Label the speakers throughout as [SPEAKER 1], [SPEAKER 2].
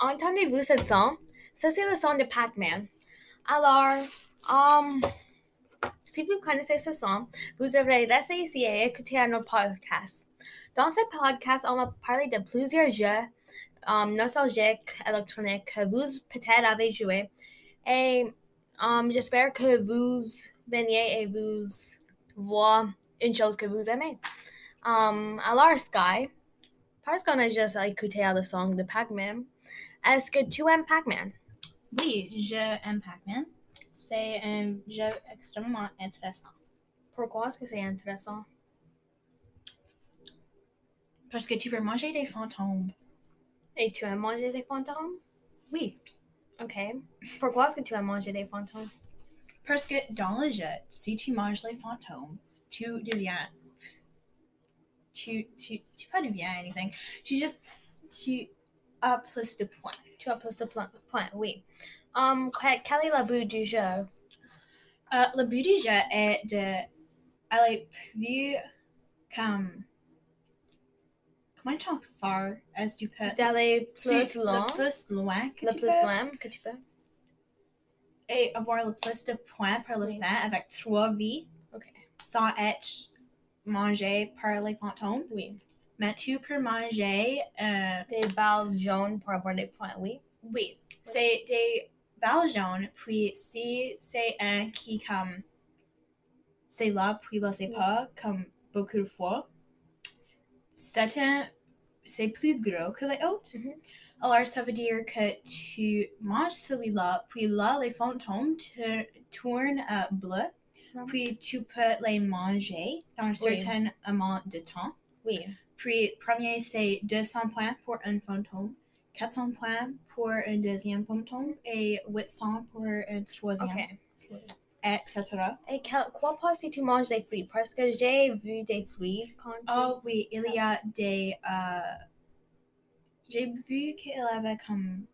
[SPEAKER 1] entendez vous cette son? Ça, c'est le son de Pac-Man. Alors, euh, si vous connaissez ce son, vous devrez rester ici et écouter à nos podcasts. Dans ce podcast, on va parler de plusieurs jeux euh, nostalgiques électroniques que vous peut-être avez joué. Et euh, j'espère que vous veniez et vous voir une chose que vous aimez. Euh, alors, Sky, parce qu'on a juste écouté la song de Pac-Man, est-ce que tu aimes Pac-Man?
[SPEAKER 2] Oui, je aime Pac-Man. C'est un jeu extrêmement intéressant
[SPEAKER 1] Pourquoi est-ce que c'est intéressant?
[SPEAKER 2] parce que tu peux manger des fantômes.
[SPEAKER 1] Et tu aimes manger des fantômes?
[SPEAKER 2] Oui,
[SPEAKER 1] Ok. Pourquoi est-ce que tu aimes manger des fantômes?
[SPEAKER 2] parce que dans le jeu, si tu manges les fantômes, tu deviens. Tu, tu, tu pas deviens anything. Tu juste. Tu as plus de points.
[SPEAKER 1] Tu as plus de pla- points, oui. Um, que- quel est le but du jeu?
[SPEAKER 2] Euh, le but du jeu est de aller plus comme. Comment t'en faire est-ce que tu peux.
[SPEAKER 1] D'aller plus loin,
[SPEAKER 2] Euh, Le plus loin que
[SPEAKER 1] le
[SPEAKER 2] tu
[SPEAKER 1] plus
[SPEAKER 2] peux.
[SPEAKER 1] loin que tu peux.
[SPEAKER 2] et avoir le plus de points par la
[SPEAKER 1] Oui.
[SPEAKER 2] fin avec trois vies
[SPEAKER 1] Ok.
[SPEAKER 2] sans être mangé par les fantômes.
[SPEAKER 1] Oui.
[SPEAKER 2] Mais tu peux manger, euh,
[SPEAKER 1] Des balles jaunes pour avoir des points, oui.
[SPEAKER 2] oui, c'est des balles jaunes, puis si c'est un qui comme c'est là, puis là c'est
[SPEAKER 1] Oui.
[SPEAKER 2] pas, comme beaucoup de fois, c'est un- c'est plus gros que les autres.
[SPEAKER 1] Mhm.
[SPEAKER 2] Alors ça veut dire que tu manges celui-là, puis là les fantômes te tournent à bleu.
[SPEAKER 1] Mhm.
[SPEAKER 2] Puis tu peux les manger dans un
[SPEAKER 1] Oui.
[SPEAKER 2] certain amount de temps.
[SPEAKER 1] Oui.
[SPEAKER 2] Puis premier, c'est 200 points pour un fantôme, 400 points pour un deuxième fantôme et 800 pour un troisième,
[SPEAKER 1] Ok.
[SPEAKER 2] etc.
[SPEAKER 1] Et quel- quoi passe si tu manges des fruits? Parce que j'ai vu des fruits quand tu...
[SPEAKER 2] Oh oui, il y a des... euh, J'ai vu qu'il avait comme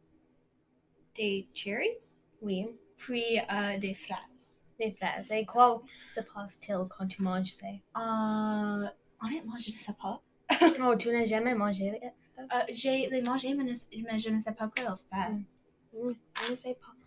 [SPEAKER 2] des cherries,
[SPEAKER 1] Oui,
[SPEAKER 2] puis euh, des fraises.
[SPEAKER 1] des fraises. Et quoi se passe-t-il quand tu manges ça?
[SPEAKER 2] Euh, honnêtement, je ne sais pas.
[SPEAKER 1] Oh, tu n'as jamais mangé?
[SPEAKER 2] Euh, J'ai les mangé, mais, ne- mais je ne sais pas quoi leur faire.
[SPEAKER 1] Je ne sais Mm, pas.